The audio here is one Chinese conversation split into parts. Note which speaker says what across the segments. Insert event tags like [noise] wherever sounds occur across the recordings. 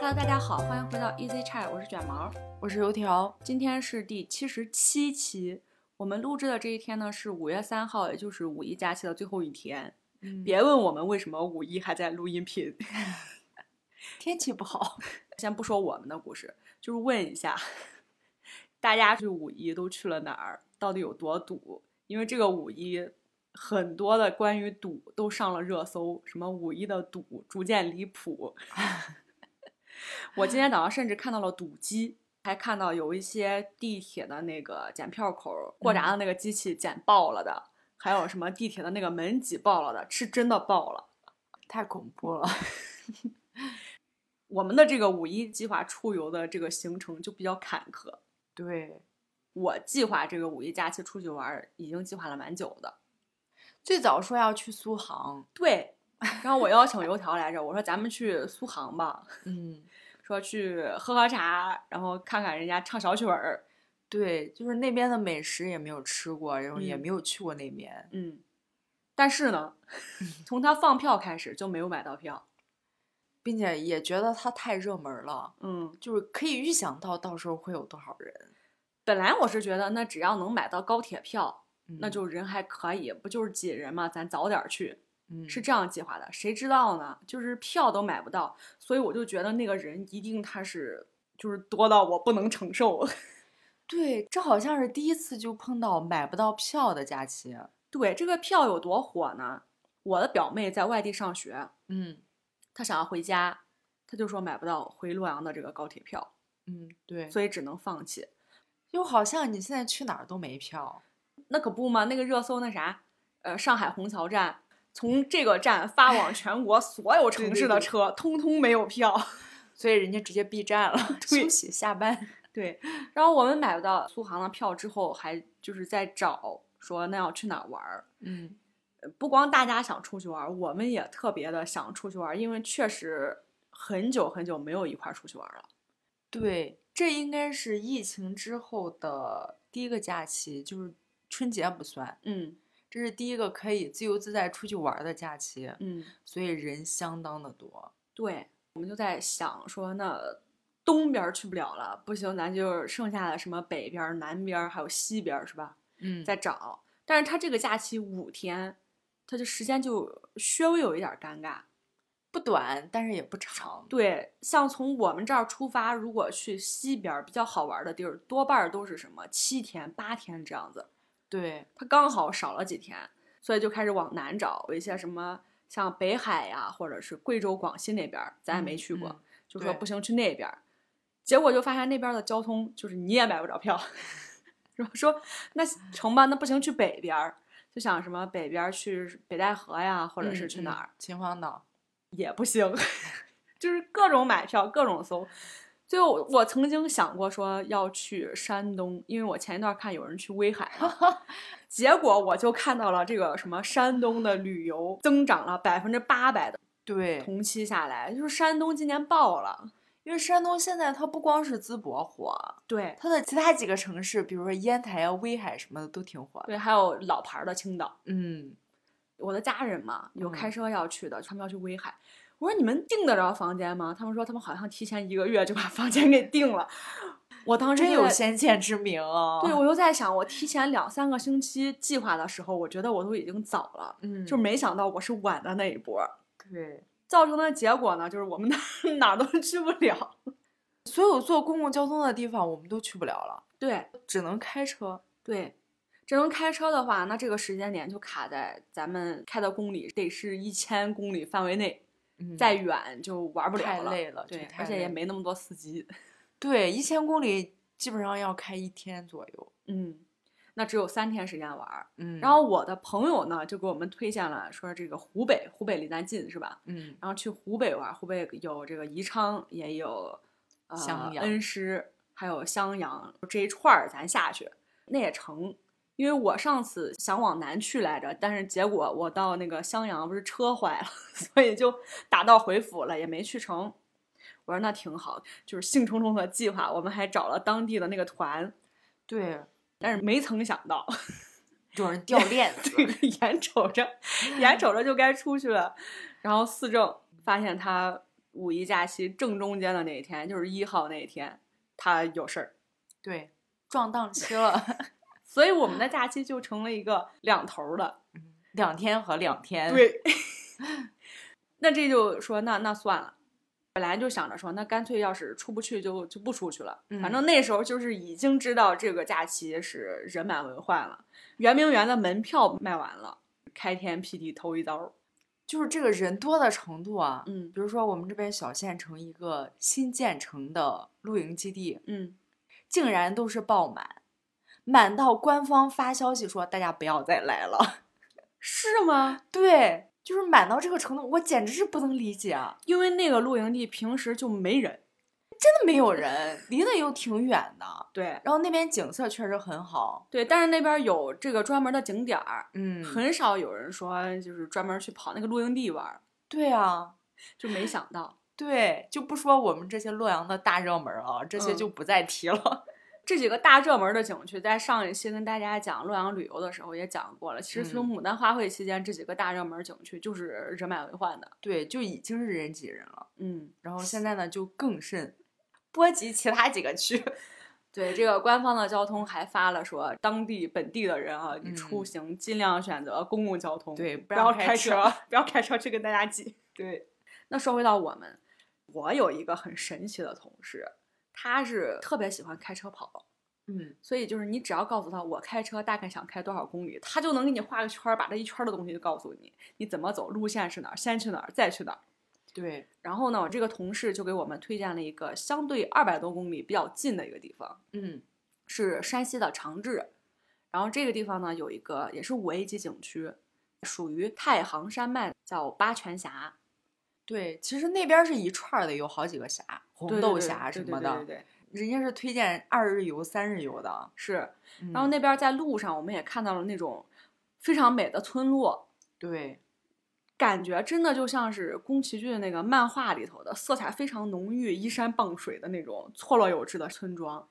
Speaker 1: Hello，大家好，欢迎回到 Easy Chat，我是卷毛，
Speaker 2: 我是油条。
Speaker 1: 今天是第七十七期。我们录制的这一天呢是五月三号，也就是五一假期的最后一天。
Speaker 2: 嗯
Speaker 1: 别问我们为什么五一还在录音频，
Speaker 2: [laughs] 天气不好，
Speaker 1: [laughs] 先不说我们的故事，就是问一下大家去五一都去了哪儿，到底有多堵？因为这个五一很多的关于堵都上了热搜，什么五一的堵逐渐离
Speaker 2: [laughs]
Speaker 1: 谱。我今天早上甚至看到了堵机，还看到有一些地铁的那个检票口过闸的
Speaker 2: 嗯
Speaker 1: 那个机器检爆了的，还有什么地铁的那个门挤爆了的，是真的爆了。
Speaker 2: 太恐怖了。
Speaker 1: [laughs] 我们的这个五一计划出游的这个行程就比较坎坷。
Speaker 2: 对，
Speaker 1: 我计划这个五一假期出去玩儿，已经计划了蛮久的。
Speaker 2: 最早说要去苏杭，
Speaker 1: 对，然后我邀请油条来着，我说咱们去苏杭吧，
Speaker 2: 嗯，
Speaker 1: 说去喝喝茶，然后看看人家唱小曲儿。
Speaker 2: 对，就是那边的美食也没有吃过，然后也
Speaker 1: 嗯
Speaker 2: 没有去过那边。
Speaker 1: 嗯，但是呢， [laughs] 从他放票开始就没有买到票。
Speaker 2: 并且也觉得它太热门了，
Speaker 1: 嗯，
Speaker 2: 就是可以预想到到时候会有多少人，
Speaker 1: 本来我是觉得，那只要能买到高铁票，那
Speaker 2: 嗯
Speaker 1: 就人还可以，不就是挤人嘛，咱早点儿去。
Speaker 2: 嗯
Speaker 1: 是这样计划的，谁知道呢？就是票都买不到，所以我就觉得那个人一定他是就是多到我不能承受。
Speaker 2: 对，这好像是第一次就碰到买不到票的假期。
Speaker 1: 对，这个票有多火呢？我的表妹在外地上学，
Speaker 2: 嗯
Speaker 1: 她想要回家，她就说买不到回洛阳的这个高铁票，
Speaker 2: 嗯，对，
Speaker 1: 所以只能放弃。
Speaker 2: 就好像你现在去哪儿都没票。
Speaker 1: 那可不嘛，那个热搜那啥，呃，上海虹桥站。从这个站发往全国所有城市的
Speaker 2: 对对
Speaker 1: 车，通通没有票。 [laughs]
Speaker 2: 所以人家直接 B 站了， [laughs]
Speaker 1: 对
Speaker 2: 休息下班。
Speaker 1: 对，然后我们买不到苏杭的票之后，还就是在找说那要去哪儿玩儿。
Speaker 2: 嗯，
Speaker 1: 呃不光大家想出去玩儿，我们也特别的想出去玩儿，因为确实很久很久没有一块儿出去玩儿了。
Speaker 2: 对，这应该是疫情之后的第一个假期，就是春节不算，
Speaker 1: 嗯
Speaker 2: 这是第一个可以自由自在出去玩儿的假期，
Speaker 1: 嗯，
Speaker 2: 所以人相当的多。
Speaker 1: 对，我们就在想说，那东边儿去不了了，不行，咱就剩下的什么北边儿、南边儿还有西边儿，是吧？
Speaker 2: 嗯
Speaker 1: 在找。但是他这个假期五天，他这时间就稍微有一点儿尴尬。
Speaker 2: 不短，但是也不长。
Speaker 1: 对，像从我们这儿出发，如果去西边儿比较好玩儿的地儿，多半儿都是什么七天、八天这样子。
Speaker 2: 对，
Speaker 1: 它刚好少了几天，所以就开始往南找一些什么像北海呀、或者是贵州、广西那边儿，咱也没
Speaker 2: 嗯
Speaker 1: 去过，
Speaker 2: 嗯
Speaker 1: 就说
Speaker 2: 对
Speaker 1: 不行去那边儿。结果就发现那边儿的交通就是你也买不着票， [laughs] 然后说那成吧，那不行去北边儿，就想什么北边儿去北戴河呀，或
Speaker 2: 或
Speaker 1: 者是去哪儿。？
Speaker 2: 嗯秦皇岛。
Speaker 1: 也不行， [laughs] 就是各种买票，各种搜。最后，我曾经想过说要去山东，因为我前一段看有人去威海
Speaker 2: [laughs]
Speaker 1: 嘛，结果我就看到了这个什么山东的旅游增长了百分之八百的，
Speaker 2: 对，
Speaker 1: 同期下来，就是山东今年爆了。
Speaker 2: 因为山东现在它不光是淄博火，
Speaker 1: 对
Speaker 2: 它的其他几个城市，比如说烟台啊、威海什么的都挺火的。
Speaker 1: 对，还有老牌儿的青岛，
Speaker 2: 嗯，
Speaker 1: 我的家人嘛有开
Speaker 2: 嗯
Speaker 1: 车要去的，他们要去威海。我说你们订得着房间吗？他们说他们好像提前一个月就把房间给订了。我当时
Speaker 2: 真
Speaker 1: 就
Speaker 2: 有
Speaker 1: 在
Speaker 2: 先见之明啊。
Speaker 1: 对，我又在想，我提前两三个星期计划的时候，我觉得我都已经早了，
Speaker 2: 嗯，
Speaker 1: 就没想到我是晚的那一波儿，
Speaker 2: 对。
Speaker 1: 造成的结果呢，就是我们哪 [laughs] 哪儿都去不了。
Speaker 2: 所有坐公共交通的地方我们都去不了了，
Speaker 1: 对
Speaker 2: 只能开车。
Speaker 1: 对，只能开车的话，那这个时间点就卡在咱们开的公里得是一千公里范围内，
Speaker 2: 嗯
Speaker 1: 再远就玩不了
Speaker 2: 太
Speaker 1: 了。
Speaker 2: 累了，就
Speaker 1: 对，
Speaker 2: 太
Speaker 1: 而且
Speaker 2: 累
Speaker 1: 也
Speaker 2: 了
Speaker 1: 没那么多司机。 [laughs]
Speaker 2: 对一千公里基本上要开一天左右。
Speaker 1: 嗯，那只有三天时间玩儿。
Speaker 2: 嗯
Speaker 1: 然后我的朋友呢，就给我们推荐了，说这个湖北，湖北离咱近是吧？
Speaker 2: 嗯
Speaker 1: 然后去湖北玩，湖北有这个宜昌，也有呃
Speaker 2: 襄阳
Speaker 1: 恩施，还有襄阳这一串儿，咱下去那也成。因为我上次想往南去来着，但是结果我到那个襄阳不是车坏了， [laughs] 所以就打道回府了，也没去成。我说那挺好，就是兴冲冲的计划，我们还找了当地的那个团，
Speaker 2: 对，
Speaker 1: 但是没曾想到，
Speaker 2: [laughs] 有人掉链
Speaker 1: [laughs]
Speaker 2: 子
Speaker 1: 对，眼瞅着眼瞅着就该出去了，然后四正发现他五一假期正中间的那一天，就是一号那一天，他有事儿，
Speaker 2: 对，撞档期了， [laughs]
Speaker 1: 所以我们的假期就成了一个两头儿的。
Speaker 2: 两天和两天，，
Speaker 1: 对， [laughs] 那这就说那那算了，本来就想着说那干脆要是出不去就就不出去了，反正那时候就是已经知道这个假期是人满为患了，圆明园的门票卖完了，开天辟地头一遭，
Speaker 2: 就是这个人多的程度啊。
Speaker 1: 嗯
Speaker 2: 比如说我们这边小县城一个新建成的露营基地，
Speaker 1: 嗯，
Speaker 2: 竟然都是爆满，满到官方发消息说大家不要再来了。 [laughs]
Speaker 1: 是吗？
Speaker 2: 对，就是满到这个程度，我简直是不能理解啊！
Speaker 1: 因为那个露营地平时就没人，
Speaker 2: 真的没有人，离得又挺远的，
Speaker 1: 对
Speaker 2: 然后那边景色确实很好，
Speaker 1: 对，但是那边有这个专门的景点儿。
Speaker 2: 嗯，
Speaker 1: 很少有人说就是专门去跑那个露营地玩儿，
Speaker 2: 对啊。
Speaker 1: 就没想到。 [laughs]
Speaker 2: 对，就不说我们这些洛阳的大热门了，这些
Speaker 1: 嗯
Speaker 2: 就不再提了。 [laughs]
Speaker 1: 这几个大热门的景区，在上一期跟大家讲洛阳旅游的时候也讲过了。其实从牡丹花卉期间，这几个大热门景区就是人满为患的。
Speaker 2: 对，就已经是人挤人了，
Speaker 1: 嗯，
Speaker 2: 然后现在呢就更甚，波及其他几个
Speaker 1: [laughs]
Speaker 2: 区。
Speaker 1: 对，这个官方的交通还发了说，当地本地的人啊，你
Speaker 2: 嗯
Speaker 1: 出行尽量选择公共交通，
Speaker 2: 对
Speaker 1: 不
Speaker 2: 不
Speaker 1: 要
Speaker 2: 要开
Speaker 1: 车，不要开车去跟大家挤。
Speaker 2: 对，
Speaker 1: 那说回到我们，我有一个很神奇的同事，他是特别喜欢开车跑。
Speaker 2: 嗯，
Speaker 1: 所以就是你只要告诉他我开车大概想开多少公里，他就能给你画个圈儿，把这一圈儿的东西就告诉你，你怎么走，路线是哪儿，先去哪儿，再去哪儿。
Speaker 2: 对，
Speaker 1: 然后呢，我这个同事就给我们推荐了一个相对二百多公里比较近的一个地方，
Speaker 2: 嗯
Speaker 1: 是山西的长治。然后这个地方呢，有一个也是五 A 级景区，属于太行山脉，叫八泉峡，
Speaker 2: 对，其实那边是一串儿的，有好几个峡，
Speaker 1: 对
Speaker 2: 红
Speaker 1: 对
Speaker 2: 豆
Speaker 1: 对
Speaker 2: 峡
Speaker 1: 对
Speaker 2: 什
Speaker 1: 对
Speaker 2: 么
Speaker 1: 对对
Speaker 2: 的，
Speaker 1: 对对，
Speaker 2: 人家是推荐二日游、三日游的。
Speaker 1: 是。
Speaker 2: 嗯
Speaker 1: 然后那边在路上，我们也看到了那种非常美的村落，
Speaker 2: 对，
Speaker 1: 感觉真的就像是宫崎骏那个漫画里头的色彩非常浓郁、依山傍水的那种错落有致的村庄。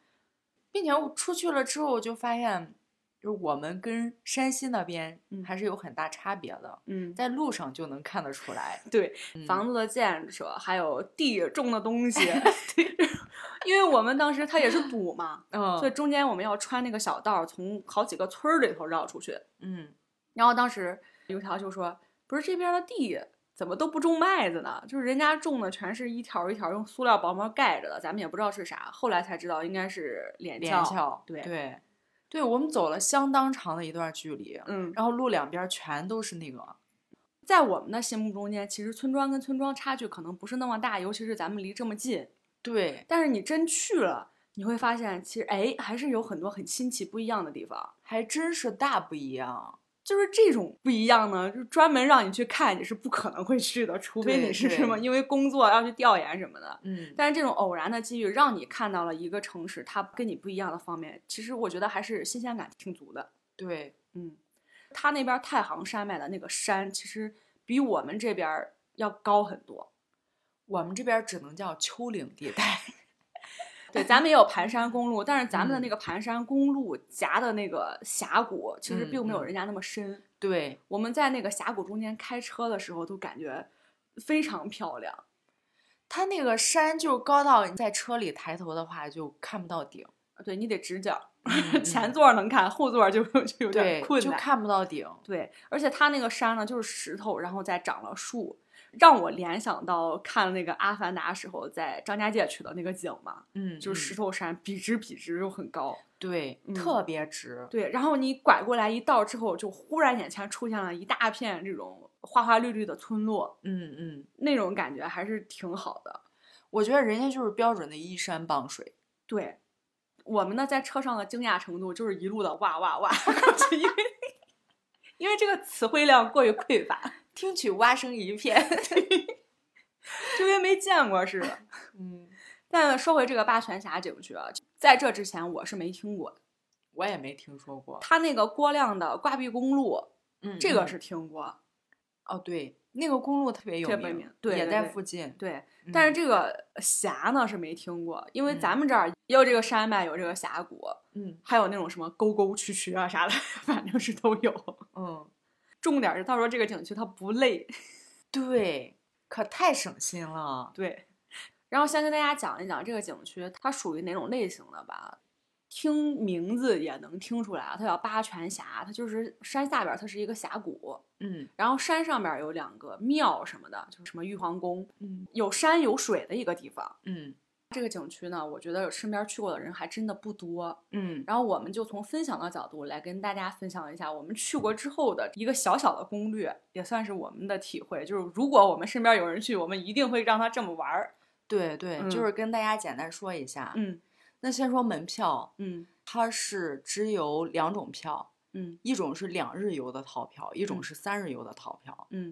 Speaker 2: 并且我出去了之后，我就发现，就是我们跟山西那边
Speaker 1: 嗯
Speaker 2: 还是有很大差别的，
Speaker 1: 嗯，
Speaker 2: 在路上就能看得出来。
Speaker 1: [laughs] 对，
Speaker 2: 嗯
Speaker 1: 房子的建设，还有地种的东
Speaker 2: [laughs]
Speaker 1: 西， [laughs] 因为我们当时它也是堵嘛，
Speaker 2: 嗯，
Speaker 1: 所以中间我们要穿那个小道儿，从好几个村儿里头绕出去。
Speaker 2: 嗯，
Speaker 1: 然后当时油条就说：“不是这边的地怎么都不种麦子呢？就是人家种的全是一条一条用塑料薄膜盖着的，咱们也不知道是啥。后来才知道应该是脸
Speaker 2: 连
Speaker 1: 壳。
Speaker 2: 翘，
Speaker 1: 对
Speaker 2: 对对，我们走了相当长的一段距离，
Speaker 1: 嗯，
Speaker 2: 然后路两边全都是那个，
Speaker 1: 在我们的心目中间，其实村庄跟村庄差距可能不是那么大，尤其是咱们离这么近。
Speaker 2: 对，
Speaker 1: 但是你真去了，你会发现，其实哎，还是有很多很新奇不一样的地方。
Speaker 2: 还真是大不一样。
Speaker 1: 就是这种不一样呢，就专门让你去看，你是不可能会去的，除非
Speaker 2: 对
Speaker 1: 你是什么
Speaker 2: 对
Speaker 1: 因为工作要去调研什么的。
Speaker 2: 嗯，
Speaker 1: 但是这种偶然的机遇，让你看到了一个城市它跟你不一样的方面，其实我觉得还是新鲜感挺足的。
Speaker 2: 对，
Speaker 1: 嗯，它那边太行山脉的那个山，其实比我们这边儿要高很多。
Speaker 2: 我们这边只能叫丘陵地带。 [laughs]
Speaker 1: 对，咱们也有盘山公路，但是咱们的那
Speaker 2: 嗯
Speaker 1: 个盘山公路夹的那个峡谷，其实
Speaker 2: 嗯
Speaker 1: 并没有
Speaker 2: 嗯
Speaker 1: 人家那么深。
Speaker 2: 对，
Speaker 1: 我们在那个峡谷中间开车的时候，都感觉非常漂亮。
Speaker 2: 它那个山就高到你在车里抬头的话就看不到顶，
Speaker 1: 对你得直角，[laughs]
Speaker 2: 嗯
Speaker 1: 前
Speaker 2: 嗯
Speaker 1: 座能看，后座就 [laughs] 就有点
Speaker 2: 对
Speaker 1: 困
Speaker 2: 就
Speaker 1: 难。
Speaker 2: 看不到顶。
Speaker 1: 对，而且它那个山呢，就是石头，然后再长了树，让我联想到看那个《阿凡达》时候在张家界去的那个景嘛，
Speaker 2: 嗯，
Speaker 1: 就是石
Speaker 2: 嗯
Speaker 1: 头山，笔直笔直又很高。
Speaker 2: 对，
Speaker 1: 嗯
Speaker 2: 特别直。
Speaker 1: 对，然后你拐过来一道之后，就忽然眼前出现了一大片这种花花绿绿的村落，
Speaker 2: 嗯嗯，
Speaker 1: 那种感觉还是挺好的。
Speaker 2: 我觉得人家就是标准的依山傍水。
Speaker 1: 对，我们呢在车上的惊讶程度就是一路的哇哇 [laughs] 哇，就因为因为这个词汇量过于匮乏，
Speaker 2: 听取蛙声一
Speaker 1: [laughs]
Speaker 2: 片。
Speaker 1: 就跟没见过似的。
Speaker 2: 嗯，
Speaker 1: 但说回这个八泉峡景区啊，在这之前我是没听过的，
Speaker 2: 我也没听说过。
Speaker 1: 它那个郭亮的挂壁公路，
Speaker 2: 嗯，
Speaker 1: 这个
Speaker 2: 嗯
Speaker 1: 是听过。
Speaker 2: 哦，对，那个公路特别有
Speaker 1: 特
Speaker 2: 名，
Speaker 1: 别名对
Speaker 2: 也
Speaker 1: 对
Speaker 2: 在
Speaker 1: 对
Speaker 2: 附近。
Speaker 1: 对，
Speaker 2: 嗯
Speaker 1: 但是这个峡呢是没听过，因为
Speaker 2: 嗯
Speaker 1: 咱们这儿也有这个山脉，有这个峡谷，
Speaker 2: 嗯
Speaker 1: 还有那种什么沟沟渠渠啊啥的， [laughs] 反正是都有。
Speaker 2: 嗯，
Speaker 1: 重点是，他说这个景区它不累，
Speaker 2: 对，可太省心了。
Speaker 1: 对，然后先跟大家讲一讲这个景区它属于哪种类型的吧。听名字也能听出来，它叫八泉峡，它就是山下边儿它是一个峡谷，
Speaker 2: 嗯
Speaker 1: 然后山上边儿有两个庙什么的，就是什么玉皇宫，
Speaker 2: 嗯
Speaker 1: 有山有水的一个地方。
Speaker 2: 嗯
Speaker 1: 这个景区呢，我觉得身边去过的人还真的不多。
Speaker 2: 嗯，
Speaker 1: 然后我们就从分享的角度来跟大家分享一下我们去过之后的一个小小的攻略，也算是我们的体会。就是如果我们身边有人去，我们一定会让他这么玩儿。
Speaker 2: 对对，就
Speaker 1: 嗯
Speaker 2: 是跟大家简单说一下。
Speaker 1: 嗯
Speaker 2: 那先说门票，
Speaker 1: 嗯
Speaker 2: 它是只有两种票，
Speaker 1: 嗯
Speaker 2: 一种是两日游的套票，一种
Speaker 1: 嗯
Speaker 2: 是三日游的套票。
Speaker 1: 嗯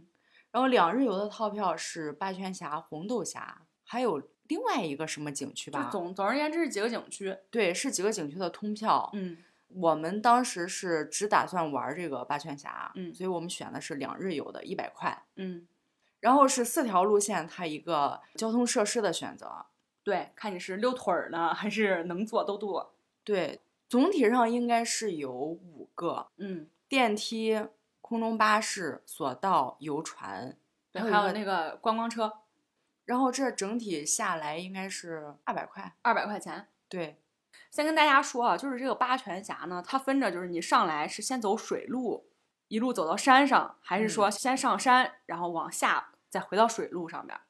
Speaker 2: 然后两日游的套票是八泉峡、红豆峡，还有另外一个什么景区
Speaker 1: 就
Speaker 2: 吧？哦
Speaker 1: 总总而言之是几个景区。
Speaker 2: 对，是几个景区的通票。
Speaker 1: 嗯
Speaker 2: 我们当时是只打算玩儿这个八泉峡，
Speaker 1: 嗯
Speaker 2: 所以我们选的是两日游的，一百块。
Speaker 1: 嗯，
Speaker 2: 然后是四条路线，它一个交通设施的选择。
Speaker 1: 对，看你是溜腿儿呢，还是能坐都坐。嗯
Speaker 2: 对，总体上应该是有五个
Speaker 1: 嗯，
Speaker 2: 电梯、空中巴士、索道、游船，
Speaker 1: 对，
Speaker 2: 还有
Speaker 1: 还
Speaker 2: 一
Speaker 1: 有
Speaker 2: 个
Speaker 1: 那个观光车，
Speaker 2: 然后这整体下来应该是二百块。
Speaker 1: 二百块钱。
Speaker 2: 对，
Speaker 1: 先跟大家说啊，就是这个八泉峡呢，它分着就是你上来是先走水路，一路走到山上，还是
Speaker 2: 嗯
Speaker 1: 说先上山，然后往下再回到水路上边儿？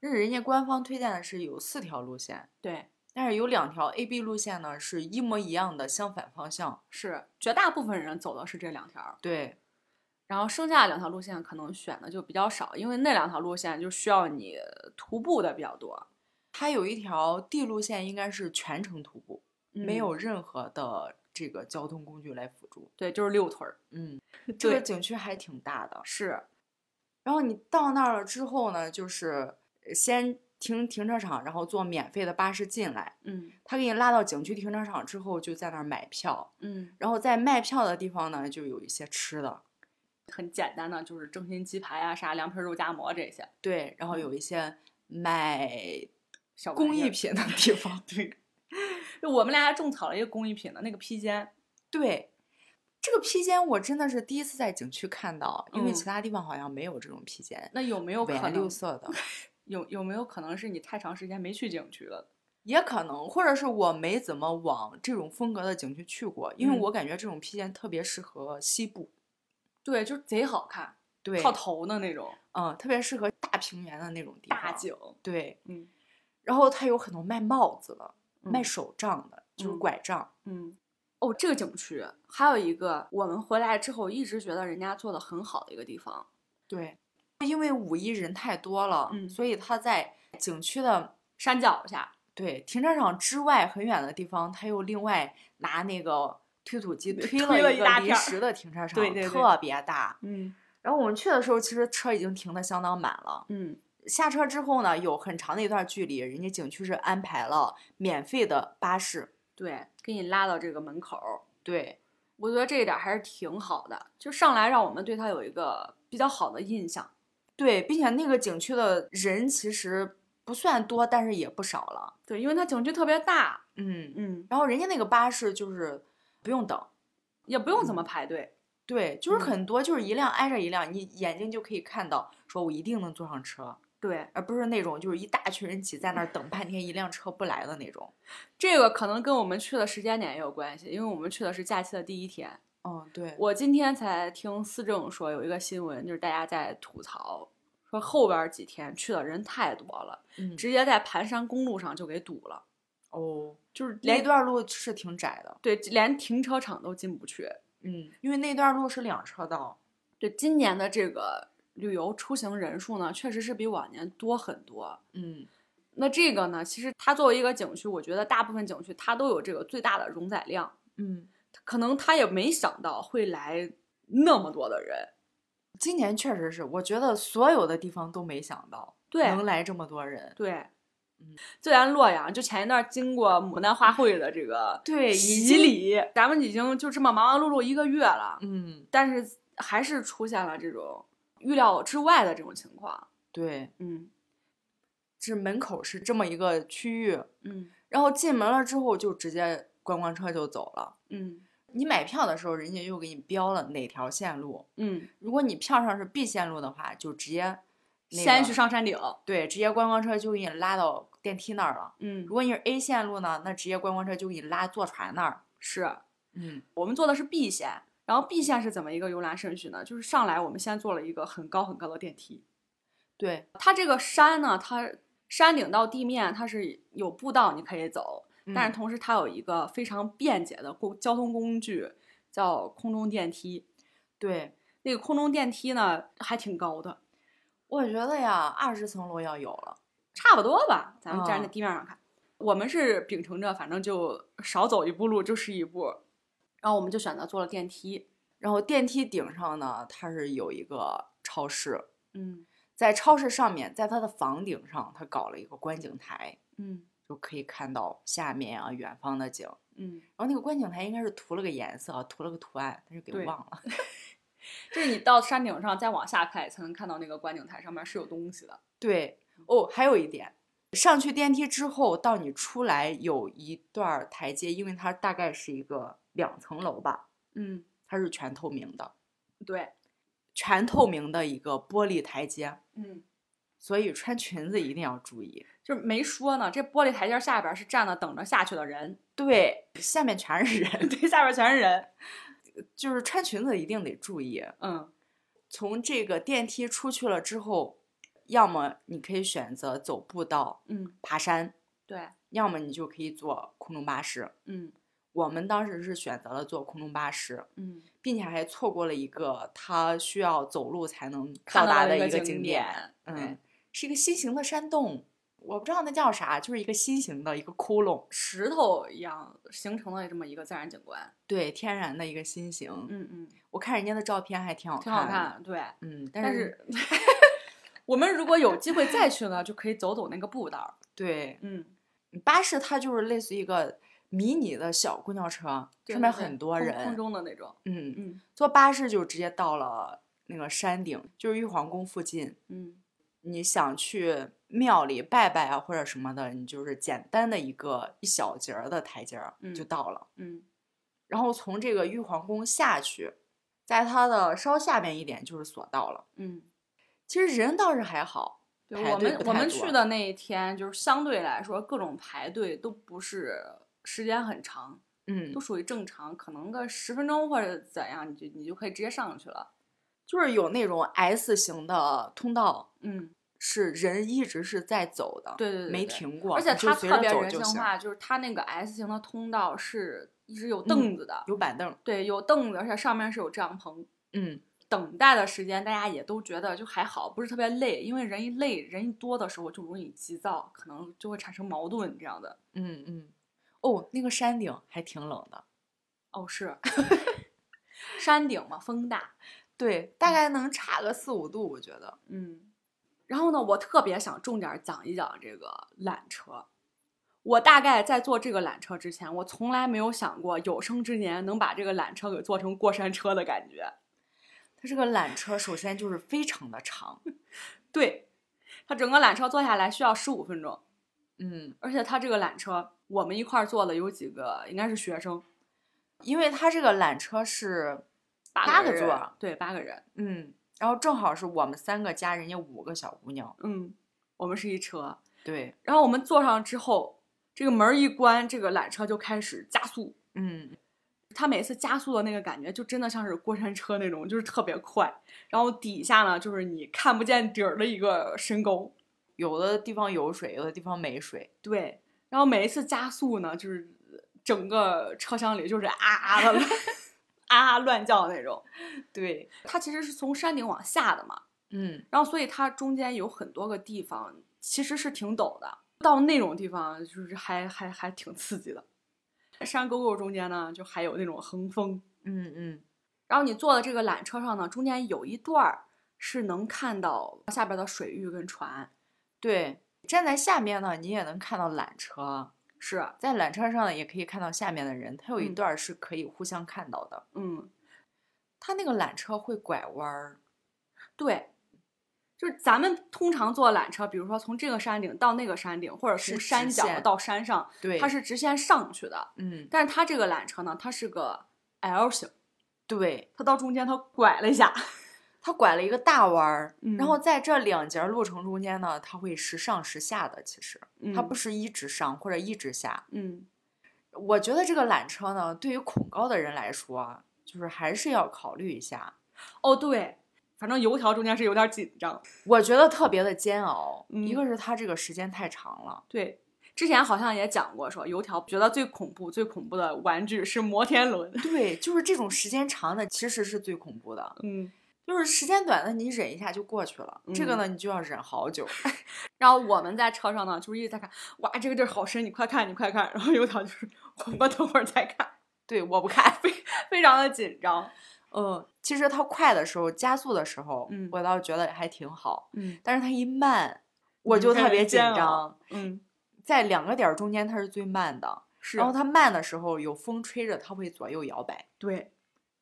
Speaker 2: 那人家官方推荐的是有四条路线，
Speaker 1: 对，
Speaker 2: 但是有两条 A、B 路线呢是一模一样的相反方向。
Speaker 1: 是绝大部分人走的是这两条儿，
Speaker 2: 对，
Speaker 1: 然后剩下的两条路线可能选的就比较少，因为那两条路线就需要你徒步的比较多，
Speaker 2: 它有一条 D 路线应该是全程徒步，
Speaker 1: 嗯
Speaker 2: 没有任何的这个交通工具来辅助。
Speaker 1: 对，就是遛腿儿，
Speaker 2: 嗯，这个
Speaker 1: [laughs] 对
Speaker 2: 景区还挺大的。
Speaker 1: 是
Speaker 2: 然后你到那儿了之后呢，就是呃先停停车场，然后坐免费的巴士进来。
Speaker 1: 嗯
Speaker 2: 他给你拉到景区停车场之后，就在那儿买票，
Speaker 1: 嗯，
Speaker 2: 然后在卖票的地方呢，就有一些吃的，
Speaker 1: 很简单的就是正新鸡排啊，啥凉皮儿肉夹馍这些
Speaker 2: 对，然后有
Speaker 1: 嗯
Speaker 2: 一些卖
Speaker 1: 小玩
Speaker 2: 工
Speaker 1: 意
Speaker 2: 艺
Speaker 1: 儿。
Speaker 2: 品的地方，
Speaker 1: [laughs] 对， [laughs] 就我们俩还种草了一个工艺品的那个披肩，
Speaker 2: 对。这个披肩我真的是第一次在景区看到，因为
Speaker 1: 嗯
Speaker 2: 其他地方好像没有这种披肩，
Speaker 1: 那有没有
Speaker 2: 五
Speaker 1: 可
Speaker 2: 颜六
Speaker 1: 能
Speaker 2: 色的， [laughs]
Speaker 1: 有有没有可能是你太长时间没去景区了？
Speaker 2: 也可能或者是我没怎么往这种风格的景区去过，因为
Speaker 1: 嗯
Speaker 2: 我感觉这种披肩特别适合西部，
Speaker 1: 对，就是贼好看，
Speaker 2: 对，
Speaker 1: 套头的那种
Speaker 2: 嗯，特别适合大平原的那种地方。
Speaker 1: 大景，
Speaker 2: 对，
Speaker 1: 嗯
Speaker 2: 然后它有很多卖帽子的、卖
Speaker 1: 嗯
Speaker 2: 手杖的，就是
Speaker 1: 嗯
Speaker 2: 拐杖。
Speaker 1: 嗯。哦，这个景区还有一个我们回来之后一直觉得人家做的很好的一个地方，
Speaker 2: 对，因为五一人太多了，
Speaker 1: 嗯
Speaker 2: 所以它在景区的
Speaker 1: 山脚下，
Speaker 2: 对停车场之外很远的地方，它又另外拿那个推土机
Speaker 1: 对
Speaker 2: 推
Speaker 1: 推了
Speaker 2: 一
Speaker 1: 一
Speaker 2: 个
Speaker 1: 大
Speaker 2: 临
Speaker 1: 片儿
Speaker 2: 时的停车场，
Speaker 1: 对对对
Speaker 2: 特别大。
Speaker 1: 嗯
Speaker 2: 然后我们去的时候，其实车已经停的相当满了。
Speaker 1: 嗯，
Speaker 2: 下车之后呢，有很长的一段距离，人家景区是安排了免费的巴士。
Speaker 1: 对，给你拉到这个门口儿，
Speaker 2: 对，
Speaker 1: 我觉得这一点儿还是挺好的，就上来让我们对它有一个比较好的印象。
Speaker 2: 对，并且那个景区的人其实不算多，但是也不少了。
Speaker 1: 对，因为它景区特别大，
Speaker 2: 嗯，
Speaker 1: 嗯，
Speaker 2: 然后人家那个巴士就是不用等，
Speaker 1: 也不用怎么排队，
Speaker 2: 对，就是
Speaker 1: 嗯
Speaker 2: 很多，就是一辆挨着一辆，你眼睛就可以看到，说我一定能坐上车，
Speaker 1: 对，
Speaker 2: 而不是那种就是一大群人挤在那儿等半天一辆车不来的那种。
Speaker 1: 这个可能跟我们去的时间点也有关系，因为我们去的是假期的第一天。
Speaker 2: 嗯，对，
Speaker 1: 我今天才听思政说有一个新闻，就是大家在吐槽说后边儿几天去的人太多了，
Speaker 2: 嗯，
Speaker 1: 直接在盘山公路上就给堵了，
Speaker 2: 哦，
Speaker 1: 就是
Speaker 2: 那
Speaker 1: 连
Speaker 2: 段路是挺窄的，
Speaker 1: 对连停车场都进不去。
Speaker 2: 嗯，因为那段路是两车道，
Speaker 1: 对今年的这个旅游出行人数呢，确实是比往年多很多。
Speaker 2: 嗯，
Speaker 1: 那这个呢，其实它作为一个景区，我觉得大部分景区它都有这个最大的容载量。
Speaker 2: 嗯，
Speaker 1: 可能他也没想到会来那么多的人。
Speaker 2: 今年确实是，我觉得所有的地方都没想到
Speaker 1: 对
Speaker 2: 能来这么多人，
Speaker 1: 对
Speaker 2: 嗯，
Speaker 1: 就咱洛阳，就前一段经过牡丹花卉的这个
Speaker 2: 对，已
Speaker 1: 洗
Speaker 2: 经，
Speaker 1: 礼，咱们已经就这么忙忙碌碌一个月了，
Speaker 2: 嗯，
Speaker 1: 但是还是出现了这种预料之外的这种情况。
Speaker 2: 对，
Speaker 1: 嗯
Speaker 2: 这门口是这么一个区域，
Speaker 1: 嗯
Speaker 2: 然后进门了之后就直接观光车就走了。
Speaker 1: 嗯
Speaker 2: 你买票的时候，人家又给你标了哪条线路。
Speaker 1: 嗯，
Speaker 2: 如果你票上是 B 线路的话，就直接那个
Speaker 1: 先去上山顶，
Speaker 2: 对，直接观光车就给你拉到电梯那儿了。
Speaker 1: 嗯
Speaker 2: 如，果你是 A 线路呢，那直接观光车就给你拉坐船那儿。
Speaker 1: 是
Speaker 2: 嗯，
Speaker 1: 我们坐的是 B 线，然后 B 线是怎么一个游览顺序呢？就是上来我们先坐了一个很高很高的电梯，
Speaker 2: 对，
Speaker 1: 它这个山呢，它山顶到地面它是有步道你可以走，但
Speaker 2: 但
Speaker 1: 是
Speaker 2: 是
Speaker 1: 同时它有一个非常便捷的公交通工具，叫空中电梯。
Speaker 2: 对，
Speaker 1: 那个空中电梯呢，还挺高的，
Speaker 2: 我觉得呀，二十层楼要有了。
Speaker 1: 差不多吧。咱们站在
Speaker 2: 嗯
Speaker 1: 地面上看，我们是秉承着反正就少走一步路就是一步，然后我们就选择坐了电梯。
Speaker 2: 然后电梯顶上呢，它是有一个超市，
Speaker 1: 嗯
Speaker 2: 在超市上面，在它的房顶上，它搞了一个观景台，
Speaker 1: 嗯
Speaker 2: 就可以看到下面啊远方的景。
Speaker 1: 嗯，
Speaker 2: 哦然后那个观景台应该是涂了个颜色，啊涂了个图案，但是给
Speaker 1: 对
Speaker 2: 忘了。
Speaker 1: 就是你到山顶上再往下看，才能看到那个观景台上面是有东西的。
Speaker 2: 对，哦，还有一点，上去电梯之后，到你出来有一段儿台阶，因为它大概是一个两层楼吧，
Speaker 1: 嗯，
Speaker 2: 它是全透明的，
Speaker 1: 对，
Speaker 2: 全透明的一个玻璃台阶，
Speaker 1: 嗯，
Speaker 2: 所以穿裙子一定要注意。
Speaker 1: 就是没说呢，这玻璃台阶下边是站着等着下去的人，
Speaker 2: 对，下面全是人， [laughs]
Speaker 1: 对，下边全是人。
Speaker 2: 就是穿裙子一定得注意。
Speaker 1: 嗯
Speaker 2: 从这个电梯出去了之后，要么你可以选择走步道
Speaker 1: 嗯，
Speaker 2: 爬山，
Speaker 1: 对，
Speaker 2: 要么你就可以坐空中巴士。
Speaker 1: 嗯
Speaker 2: 我们当时是选择了坐空中巴士，
Speaker 1: 嗯，
Speaker 2: 并且还错过了一个他需要走路才能
Speaker 1: 看
Speaker 2: 到
Speaker 1: 到
Speaker 2: 达
Speaker 1: 了
Speaker 2: 的
Speaker 1: 一个
Speaker 2: 一个
Speaker 1: 景
Speaker 2: 景
Speaker 1: 点
Speaker 2: 点。
Speaker 1: 对
Speaker 2: 嗯，是一个新型的山洞，我不知道那叫啥，就是一个新型的一个窟窿，
Speaker 1: 石头一样形成了这么一个自然景观。
Speaker 2: 对，天然的一个新型。
Speaker 1: 嗯嗯，
Speaker 2: 我看人家的照片还挺好看，
Speaker 1: 挺好。看，对。
Speaker 2: 嗯，但
Speaker 1: 但是 [laughs] 我们如果有机会再去呢，就可以走走那个步
Speaker 2: [laughs]
Speaker 1: 道。
Speaker 2: 对
Speaker 1: 嗯，
Speaker 2: 巴士它就是类似一个迷你的小公交车，上面很多人。
Speaker 1: 空中的那种。
Speaker 2: 嗯，
Speaker 1: 嗯
Speaker 2: 坐巴士就直接到了那个山顶，就是玉皇宫附近。
Speaker 1: 嗯
Speaker 2: 你想去庙里拜拜啊或者什么的，你就是简单的一个一小节儿的台阶儿就
Speaker 1: 嗯
Speaker 2: 到了。
Speaker 1: 嗯
Speaker 2: 然后从这个玉皇宫下去，在它的稍下边一点就是索道了。
Speaker 1: 嗯。
Speaker 2: 其实人倒是还好，
Speaker 1: 对
Speaker 2: 排
Speaker 1: 我
Speaker 2: 队
Speaker 1: 们
Speaker 2: 不
Speaker 1: 我
Speaker 2: 太
Speaker 1: 们
Speaker 2: 多
Speaker 1: 去的那一天，就是相对来说各种排队都不是时间很长，
Speaker 2: 嗯
Speaker 1: 都，属于正常，可能个十分钟或者怎样，你就你就可以直接上去了。
Speaker 2: 就是有那种 S 型的通道，
Speaker 1: 嗯，
Speaker 2: 是人一直是在走的，
Speaker 1: 对对对
Speaker 2: 哦
Speaker 1: 对
Speaker 2: 没停过，
Speaker 1: 而且
Speaker 2: 你就
Speaker 1: 它
Speaker 2: 随
Speaker 1: 特
Speaker 2: 着
Speaker 1: 别
Speaker 2: 走
Speaker 1: 人
Speaker 2: 就
Speaker 1: 性
Speaker 2: 行，
Speaker 1: 化，就是它那个 S 型的通道是一直
Speaker 2: 嗯
Speaker 1: 有凳子的，
Speaker 2: 有板凳，
Speaker 1: 对，有凳子，而且上面是有帐篷。
Speaker 2: 嗯，
Speaker 1: 等待的时间，大家也都觉得就还好，不是特别累，因为人一累，人一多的时候就容易急躁，可能就会产生矛盾这样的。
Speaker 2: 嗯嗯，哦，那个山顶还挺冷的，
Speaker 1: 哦，是， [laughs] 山顶嘛，风大，
Speaker 2: 对，大概能差个四五度，我觉得。
Speaker 1: 嗯，然后呢，我特别想重点儿讲一讲这个缆车。我大概在坐这个缆车之前，我从来没有想过有生之年能把这个缆车给做成过山车的感觉。
Speaker 2: 它这个缆车首先就是非常的长，
Speaker 1: 对，它整个缆车坐下来需要十五分钟，
Speaker 2: 嗯，
Speaker 1: 而且它这个缆车，我们一块儿坐的有几个应该是学生，
Speaker 2: 因为它这个缆车是，
Speaker 1: 八
Speaker 2: 八个座
Speaker 1: 人
Speaker 2: 儿，
Speaker 1: 对，八个人，
Speaker 2: 嗯，然后正好是我们三个加人家五个小姑娘，
Speaker 1: 嗯，我们是一车。
Speaker 2: 对，
Speaker 1: 然后我们坐上之后，这个门儿一关，这个缆车就开始加速，
Speaker 2: 嗯，
Speaker 1: 它每次加速的那个感觉，就真的像是过山车那种，就是特别快。然后底下呢，就是你看不见底儿的一个深沟。
Speaker 2: 有的地方有水，有的地方没水，
Speaker 1: 对，然后每一次加速呢，就是整个车厢里就是啊啊的 [laughs] 啊啊乱叫那种。
Speaker 2: 对，
Speaker 1: 它其实是从山顶往下的嘛，
Speaker 2: 嗯，
Speaker 1: 然后所以它中间有很多个地方其实是挺陡的，到那种地方就是还还还挺刺激的。山沟沟中间呢，就还有那种横峰。
Speaker 2: 嗯嗯，
Speaker 1: 然后你坐的这个缆车上呢，中间有一段儿是能看到下边的水域跟船，
Speaker 2: 对，站在下面呢，你也能看到缆车，啊
Speaker 1: 是，
Speaker 2: 在缆车上呢也可以看到下面的人，它有一
Speaker 1: 嗯
Speaker 2: 段儿是可以互相看到的，
Speaker 1: 嗯，
Speaker 2: 它那个缆车会拐弯儿，
Speaker 1: 对，就是咱们通常坐缆车，比如说从这个山顶到那个山顶，或者
Speaker 2: 是
Speaker 1: 从
Speaker 2: 直
Speaker 1: 山脚
Speaker 2: 线
Speaker 1: 到山上，
Speaker 2: 对，
Speaker 1: 它，是直线上去的。
Speaker 2: 嗯，
Speaker 1: 但是它这个缆车呢，它是个 L 型，
Speaker 2: 对，
Speaker 1: 它到中间它拐了一下，
Speaker 2: 它拐了一个大弯儿，
Speaker 1: 嗯
Speaker 2: 然后在这两节路程中间呢，它会时上时下的，其实它
Speaker 1: 嗯
Speaker 2: 不是一直上或者一直下。
Speaker 1: 嗯
Speaker 2: 我觉得这个缆车呢，对于恐高的人来说啊，就是还是要考虑一下。
Speaker 1: 哦对，反正油条中间是有点紧张。
Speaker 2: 我觉得特别的煎熬，一
Speaker 1: 嗯
Speaker 2: 个是它这个时间太长了，
Speaker 1: 对，之前好像也讲过说油条觉得最恐怖、最恐怖的玩具是摩天轮。
Speaker 2: 对，就是这种时间长的其实是最恐怖的，
Speaker 1: 嗯，
Speaker 2: 就是时间短的你忍一下就过去了，这个
Speaker 1: 嗯
Speaker 2: 呢你就要忍好久。 [laughs]
Speaker 1: 然后我们在车上呢，就是一直在看，哇，这个地儿好深，你快看，你快看。然后油条就是我等会儿再看，
Speaker 2: 对，我不看。
Speaker 1: 非常的紧张。
Speaker 2: 嗯，其实它快的时候，加速的时候，
Speaker 1: 嗯
Speaker 2: 我倒觉得还挺好，
Speaker 1: 嗯
Speaker 2: 但是它一慢，我
Speaker 1: 嗯
Speaker 2: 就
Speaker 1: 开
Speaker 2: 特
Speaker 1: 始
Speaker 2: 别紧
Speaker 1: 煎熬
Speaker 2: 张。
Speaker 1: 嗯，
Speaker 2: 在两个点儿中间，它是最慢的，
Speaker 1: 是，
Speaker 2: 然后它慢的时候有风吹着，它会左右摇摆，
Speaker 1: 对，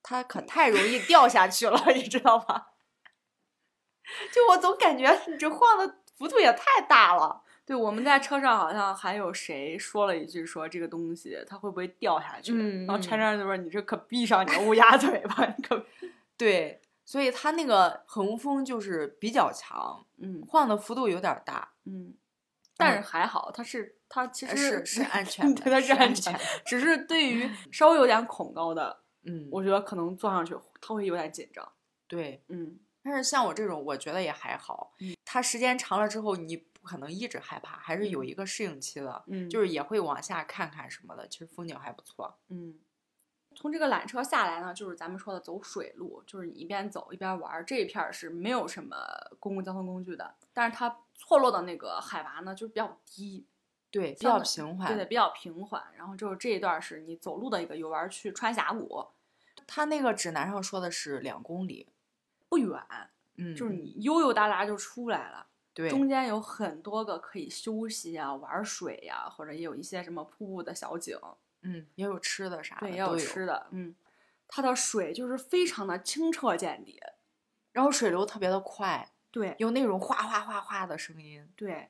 Speaker 2: 它可
Speaker 1: 嗯
Speaker 2: 太容易掉下去了，你知道吗？ [laughs] 就我总感觉你这晃的幅度也太大了。
Speaker 1: 对，我们在车上好像还有谁说了一句说这个东西它会不会掉下去？
Speaker 2: 嗯
Speaker 1: 然后
Speaker 2: 嗯
Speaker 1: c h 就说你这可闭上你的乌鸦嘴吧，你可
Speaker 2: 对，所以它那个横风就是比较强，
Speaker 1: 嗯
Speaker 2: 晃的幅度有点儿大，
Speaker 1: 嗯，但
Speaker 2: 嗯呃
Speaker 1: 是还好，它是它其实
Speaker 2: 是是
Speaker 1: [laughs]
Speaker 2: 安全的，
Speaker 1: 对它是安
Speaker 2: 全
Speaker 1: 全
Speaker 2: 的
Speaker 1: 的，。只是对于稍微有点恐高的，
Speaker 2: 嗯，
Speaker 1: 我觉得可能坐上去他会有点紧张。
Speaker 2: 对。
Speaker 1: 嗯
Speaker 2: 但是像我这种，我觉得也还好。
Speaker 1: 嗯
Speaker 2: 它时间长了之后，你不可能一直害怕，还是有
Speaker 1: 嗯
Speaker 2: 一个适应期的，
Speaker 1: 嗯，
Speaker 2: 就是也会往下看看什么的。其实风景还不错。
Speaker 1: 嗯，从这个缆车下来呢，就是咱们说的走水路，就是你一边走一边玩儿，这一片儿是没有什么公共交通工具的，但是它错落的那个海拔呢就是比较低，
Speaker 2: 对，比
Speaker 1: 相
Speaker 2: 较
Speaker 1: 对
Speaker 2: 平
Speaker 1: 对
Speaker 2: 缓
Speaker 1: 的，比较平缓。然后就是这一段是你走路的一个游玩区，穿峡谷
Speaker 2: 它那个指南上说的是两公里，
Speaker 1: 不远，
Speaker 2: 嗯，
Speaker 1: 就是你悠悠达达就出来了。
Speaker 2: 对，
Speaker 1: 中间有很多个可以休息啊、玩水呀、或者也有一些什么瀑布的小景，
Speaker 2: 嗯，也有吃的啥的，
Speaker 1: 对，也
Speaker 2: 都
Speaker 1: 有吃的，嗯，它的水就是非常的清澈见底，
Speaker 2: 然后水流特别的快，
Speaker 1: 对
Speaker 2: 有那种哗哗哗哗的声音。
Speaker 1: 对，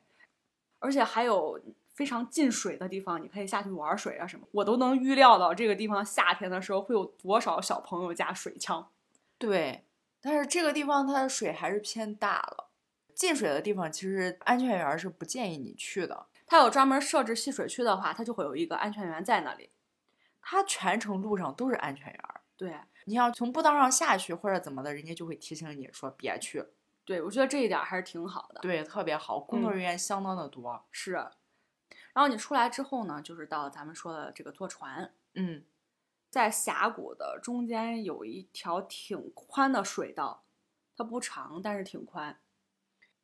Speaker 1: 而且还有非常近水的地方，你可以下去玩水啊什么，我都能预料到这个地方夏天的时候会有多少小朋友加水枪，
Speaker 2: 对，但是这个地方它的水还是偏大了，进水的地方其实安全员儿是不建议你去的。
Speaker 1: 它有专门设置戏水区的话，它就会有一个安全员在那里，
Speaker 2: 它全程路上都是安全员儿，
Speaker 1: 对。
Speaker 2: 你要从步道上下去或者怎么的，人家就会提醒你说别去。
Speaker 1: 对，我觉得这一点儿还是挺好的。
Speaker 2: 对，特别好，工作
Speaker 1: 嗯
Speaker 2: 人员相当的多。
Speaker 1: 是，然后你出来之后呢，就是到咱们说的这个坐船，
Speaker 2: 嗯，
Speaker 1: 在峡谷的中间有一条挺宽的水道，它不长，但是挺宽。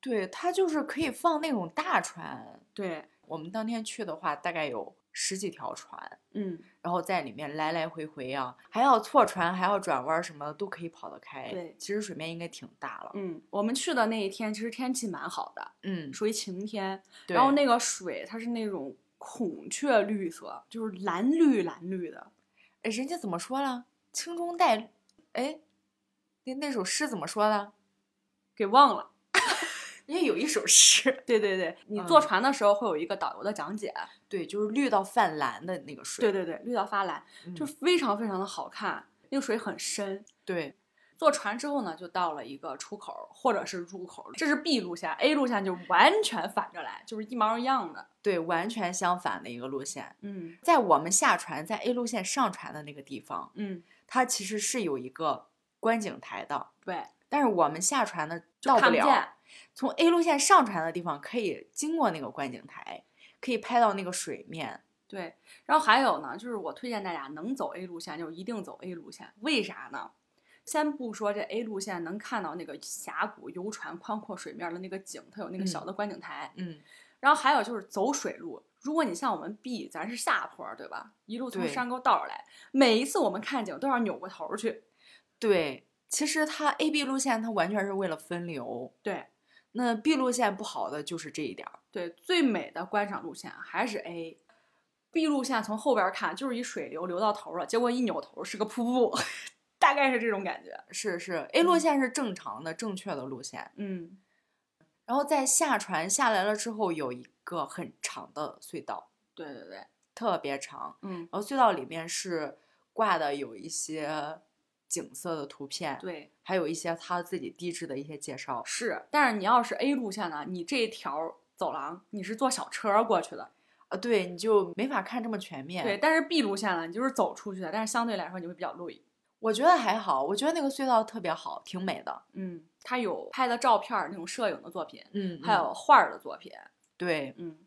Speaker 2: 对，它就是可以放那种大船。
Speaker 1: 对，
Speaker 2: 我们当天去的话，大概有十几条船，
Speaker 1: 嗯，
Speaker 2: 然后在里面来来回回啊，还要错船，还要转弯儿什么的，都可以跑得开。
Speaker 1: 对
Speaker 2: 其实水面应该挺大了。
Speaker 1: 嗯，我们去的那一天其实天气蛮好的，
Speaker 2: 嗯，
Speaker 1: 属于晴天。
Speaker 2: 对
Speaker 1: 然后那个水它是那种孔雀绿色，就是蓝绿蓝绿的。
Speaker 2: 哎人家怎么说了？青中带，哎，那那首诗怎么说的？ [laughs]
Speaker 1: 给忘了，
Speaker 2: 人家有一首诗，
Speaker 1: 对对对，你坐
Speaker 2: 嗯
Speaker 1: 船的时候会有一个导游的讲解，
Speaker 2: 对，就是绿到泛蓝的那个水。
Speaker 1: 对对对，绿到发蓝，
Speaker 2: 嗯，
Speaker 1: 就非常非常的好看，那个水很深，
Speaker 2: 对
Speaker 1: 坐船之后呢，就到了一个出口或者是入口，这是 B 路线，A 路线就完全反着来，就是一毛一样的。
Speaker 2: 对，完全相反的一个路线。
Speaker 1: 嗯
Speaker 2: 在我们下船，在 A 路线上船的那个地方，
Speaker 1: 嗯，
Speaker 2: 它其实是有一个观景台的，
Speaker 1: 对，
Speaker 2: 但是我们下船的
Speaker 1: 就
Speaker 2: 到
Speaker 1: 看
Speaker 2: 不
Speaker 1: 不见
Speaker 2: 了。。从 A 路线上船的地方，可以经过那个观景台，可以拍到那个水面。
Speaker 1: 对，然后还有呢，就是我推荐大家能走 A 路线就一定走 A 路线，为啥呢？先不说这 A 路线能看到那个峡谷游船宽阔水面的那个景，它有那个
Speaker 2: 嗯
Speaker 1: 小的观景台。
Speaker 2: 嗯，
Speaker 1: 然后还有就是走水路，如果你像我们 B，咱是下坡儿，对吧？一路从
Speaker 2: 对
Speaker 1: 山沟倒着来，每一次我们看景都要扭过头儿去。
Speaker 2: 对，其实它 A、B 路线它完全是为了分流。
Speaker 1: 对，
Speaker 2: 那 B 路线不好的就是这一点儿。
Speaker 1: 对，最美的观赏路线还是 A。B 路线从后边儿看就是一水流流到头儿了，结果一扭头是个瀑布， [laughs] 大概是这种感觉。
Speaker 2: 是是，A 路
Speaker 1: 嗯
Speaker 2: 线是正常的、正确的路线，
Speaker 1: 嗯，
Speaker 2: 然后在下船下来了之后，有一个很长的隧道，
Speaker 1: 对对对，
Speaker 2: 特别长。
Speaker 1: 嗯
Speaker 2: 然后隧道里面是挂的有一些景色的图片，
Speaker 1: 对，
Speaker 2: 还有一些他自己地质的一些介绍。
Speaker 1: 是。但是你要是 A 路线呢，你这一条走廊你是坐小车过去的，
Speaker 2: 呃，对，你就没法看这么全面。
Speaker 1: 对。，但是 B 路线呢，你就是走出去的，但是相对来说你会比较累。
Speaker 2: 我觉得还好，我觉得那个隧道特别好，挺美的。
Speaker 1: 嗯，他有拍的照片儿那种摄影的作品，
Speaker 2: 嗯
Speaker 1: 还有画儿的作品。
Speaker 2: 对，
Speaker 1: 嗯，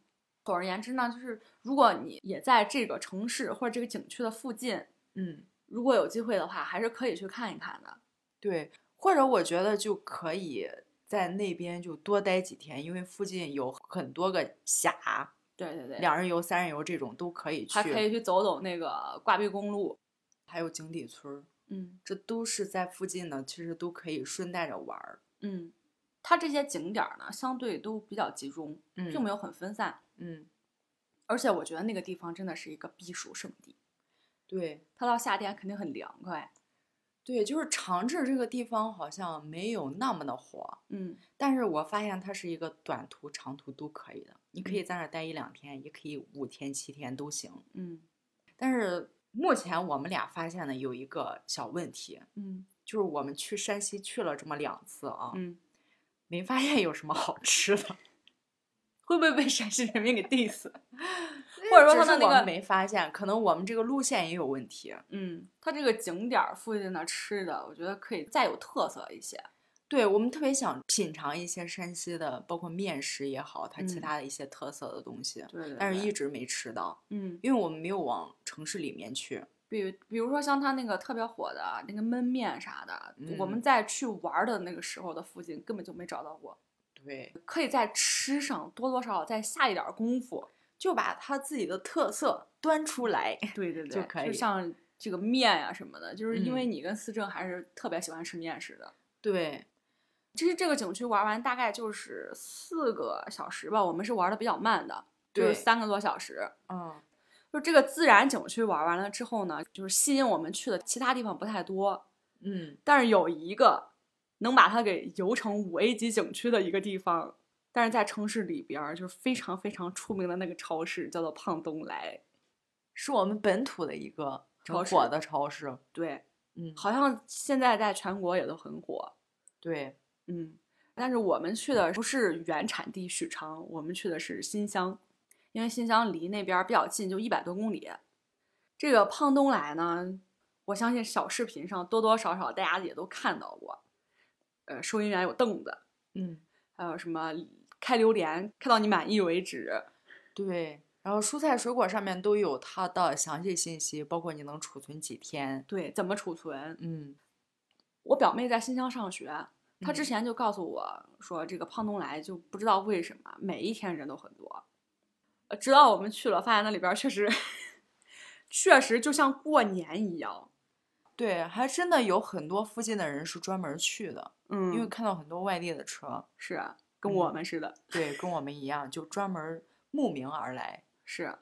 Speaker 1: 总而言之呢，就是如果你也在这个城市或者这个景区的附近，
Speaker 2: 嗯，
Speaker 1: 如果有机会的话，还是可以去看一看的。
Speaker 2: 对，或者我觉得就可以在那边就多待几天，因为附近有很多个峡，
Speaker 1: 对对对，
Speaker 2: 两日游、三日游这种都可以去，
Speaker 1: 还可以去走走那个挂壁公路。
Speaker 2: 还有井底村儿，
Speaker 1: 嗯
Speaker 2: 这都是在附近的，其实都可以顺带着玩儿。
Speaker 1: 嗯，它这些景点儿呢，相对都比较集中，
Speaker 2: 嗯，
Speaker 1: 并没有很分散。
Speaker 2: 嗯，
Speaker 1: 而且我觉得那个地方真的是一个避暑胜地，
Speaker 2: 对
Speaker 1: 它到夏天肯定很凉快。
Speaker 2: 对，就是长治这个地方好像没有那么的火，
Speaker 1: 嗯，
Speaker 2: 但是我发现它是一个短途、长途都可以的，你可以在那儿待一两天，也可以五天、七天都行。
Speaker 1: 嗯
Speaker 2: 但是目前我们俩发现的有一个小问题，
Speaker 1: 嗯
Speaker 2: 就是我们去山西去了这么两次啊，
Speaker 1: 嗯，
Speaker 2: 没发现有什么好吃的，
Speaker 1: 会不会被陕西人民给 [laughs] diss？
Speaker 2: 或者
Speaker 1: 者说它
Speaker 2: 说他
Speaker 1: 那个
Speaker 2: 没发现，可能我们这个路线也有问题。
Speaker 1: 嗯，它这个景点儿附近的吃的，我觉得可以再有特色一些。
Speaker 2: 对我们特别想品尝一些山西的，包括面食也好，它其
Speaker 1: 嗯
Speaker 2: 他的一些特色的东西，
Speaker 1: 对对
Speaker 2: 但是
Speaker 1: 对
Speaker 2: 一直没吃到，
Speaker 1: 嗯，
Speaker 2: 因为我们没有往城市里面去。
Speaker 1: 比比如说像它那个特别火的那个焖面啥的，我们
Speaker 2: 嗯
Speaker 1: 在去玩儿的那个时候的附近根本就没找到过。
Speaker 2: 对，
Speaker 1: 可以在吃上多多少少再下一点儿功夫。
Speaker 2: 就把它自己的特色端出来。
Speaker 1: 对对
Speaker 2: 哎就可以
Speaker 1: 就像这个面呀、什么的，就是因为
Speaker 2: 嗯
Speaker 1: 你跟思政还是特别喜欢吃面食的。
Speaker 2: [laughs] 对，
Speaker 1: 其实这个景区玩完大概就是四个小时吧，我们是玩的比较慢的，就是
Speaker 2: 对
Speaker 1: 三个多小时。
Speaker 2: 嗯，
Speaker 1: 就这个自然景区玩完了之后呢，就是吸引我们去的其他地方不太多，
Speaker 2: 嗯，
Speaker 1: 但是有一个能把它给游成五 A 级景区的一个地方，但是在城市里边儿就是非常非常出名的那个超市叫做胖东来，
Speaker 2: 是我们本土的一个很
Speaker 1: 超
Speaker 2: 火
Speaker 1: 市
Speaker 2: 的超市。
Speaker 1: 对，
Speaker 2: 嗯，
Speaker 1: 好像现在在全国也都很火，
Speaker 2: 对，
Speaker 1: 嗯，但是我们去的不是原产地许昌，我们去的是新乡，因为新乡离那边儿比较近，就一百多公里。这个胖东来呢，我相信小视频上多多少少大家也都看到过，呃，收银员有凳子，
Speaker 2: 嗯，
Speaker 1: 还有什么开榴莲，开到你满意为止。
Speaker 2: 对。然后蔬菜水果上面都有它的详细信息，包括你能储存几天。
Speaker 1: 对，怎么储存？
Speaker 2: 嗯，
Speaker 1: 我表妹在新乡上学，她之
Speaker 2: 嗯
Speaker 1: 前就告诉我说，这个胖东来就不知道为什么每一天人都很多，呃直到我们去了，发现那里边儿确实， [laughs] 确实就像过年一样。
Speaker 2: 对，还真的有很多附近的人是专门儿去的，
Speaker 1: 嗯
Speaker 2: 因为看到很多外地的车，
Speaker 1: 是啊跟
Speaker 2: 嗯
Speaker 1: 我们似的，
Speaker 2: 对，跟我们一样，就专门儿慕名而来。
Speaker 1: 是啊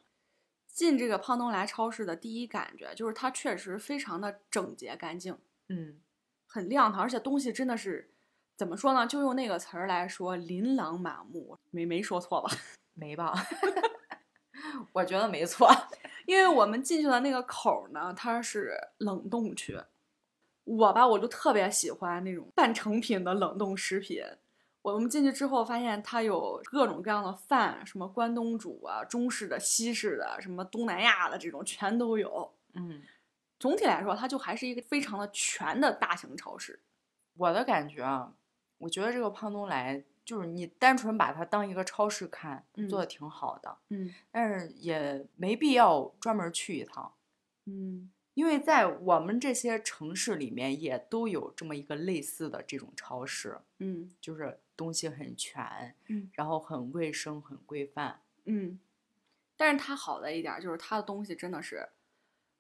Speaker 1: 进这个胖东来超市的第一感觉就是它确实非常的整洁干净，
Speaker 2: 嗯，
Speaker 1: 很亮堂，而且东西真的是怎么说呢？就用那个词儿来说，琳琅满目，没没说错吧？ [laughs]
Speaker 2: 没吧？ [laughs] 我觉得没错。
Speaker 1: 因为我们进去的那个口儿呢，它是冷冻区。我吧，我就特别喜欢那种半成品的冷冻食品。我们进去之后，发现它有各种各样的饭，什么关东煮啊、中式的、西式的，什么东南亚的这种全都有。
Speaker 2: 嗯，
Speaker 1: 总体来说，它就还是一个非常的全的大型超市。
Speaker 2: 我的感觉啊，我觉得这个胖东来就是你单纯把它当一个超市看，做的
Speaker 1: 嗯
Speaker 2: 挺好的，
Speaker 1: 嗯
Speaker 2: 但是也没必要专门儿去一趟。
Speaker 1: 嗯，
Speaker 2: 因为在我们这些城市里面，也都有这么一个类似的这种超市，
Speaker 1: 嗯
Speaker 2: 就是东西很全，
Speaker 1: 嗯
Speaker 2: 然后很卫生、很规范，
Speaker 1: 嗯，但是它好的一点儿就是它的东西真的是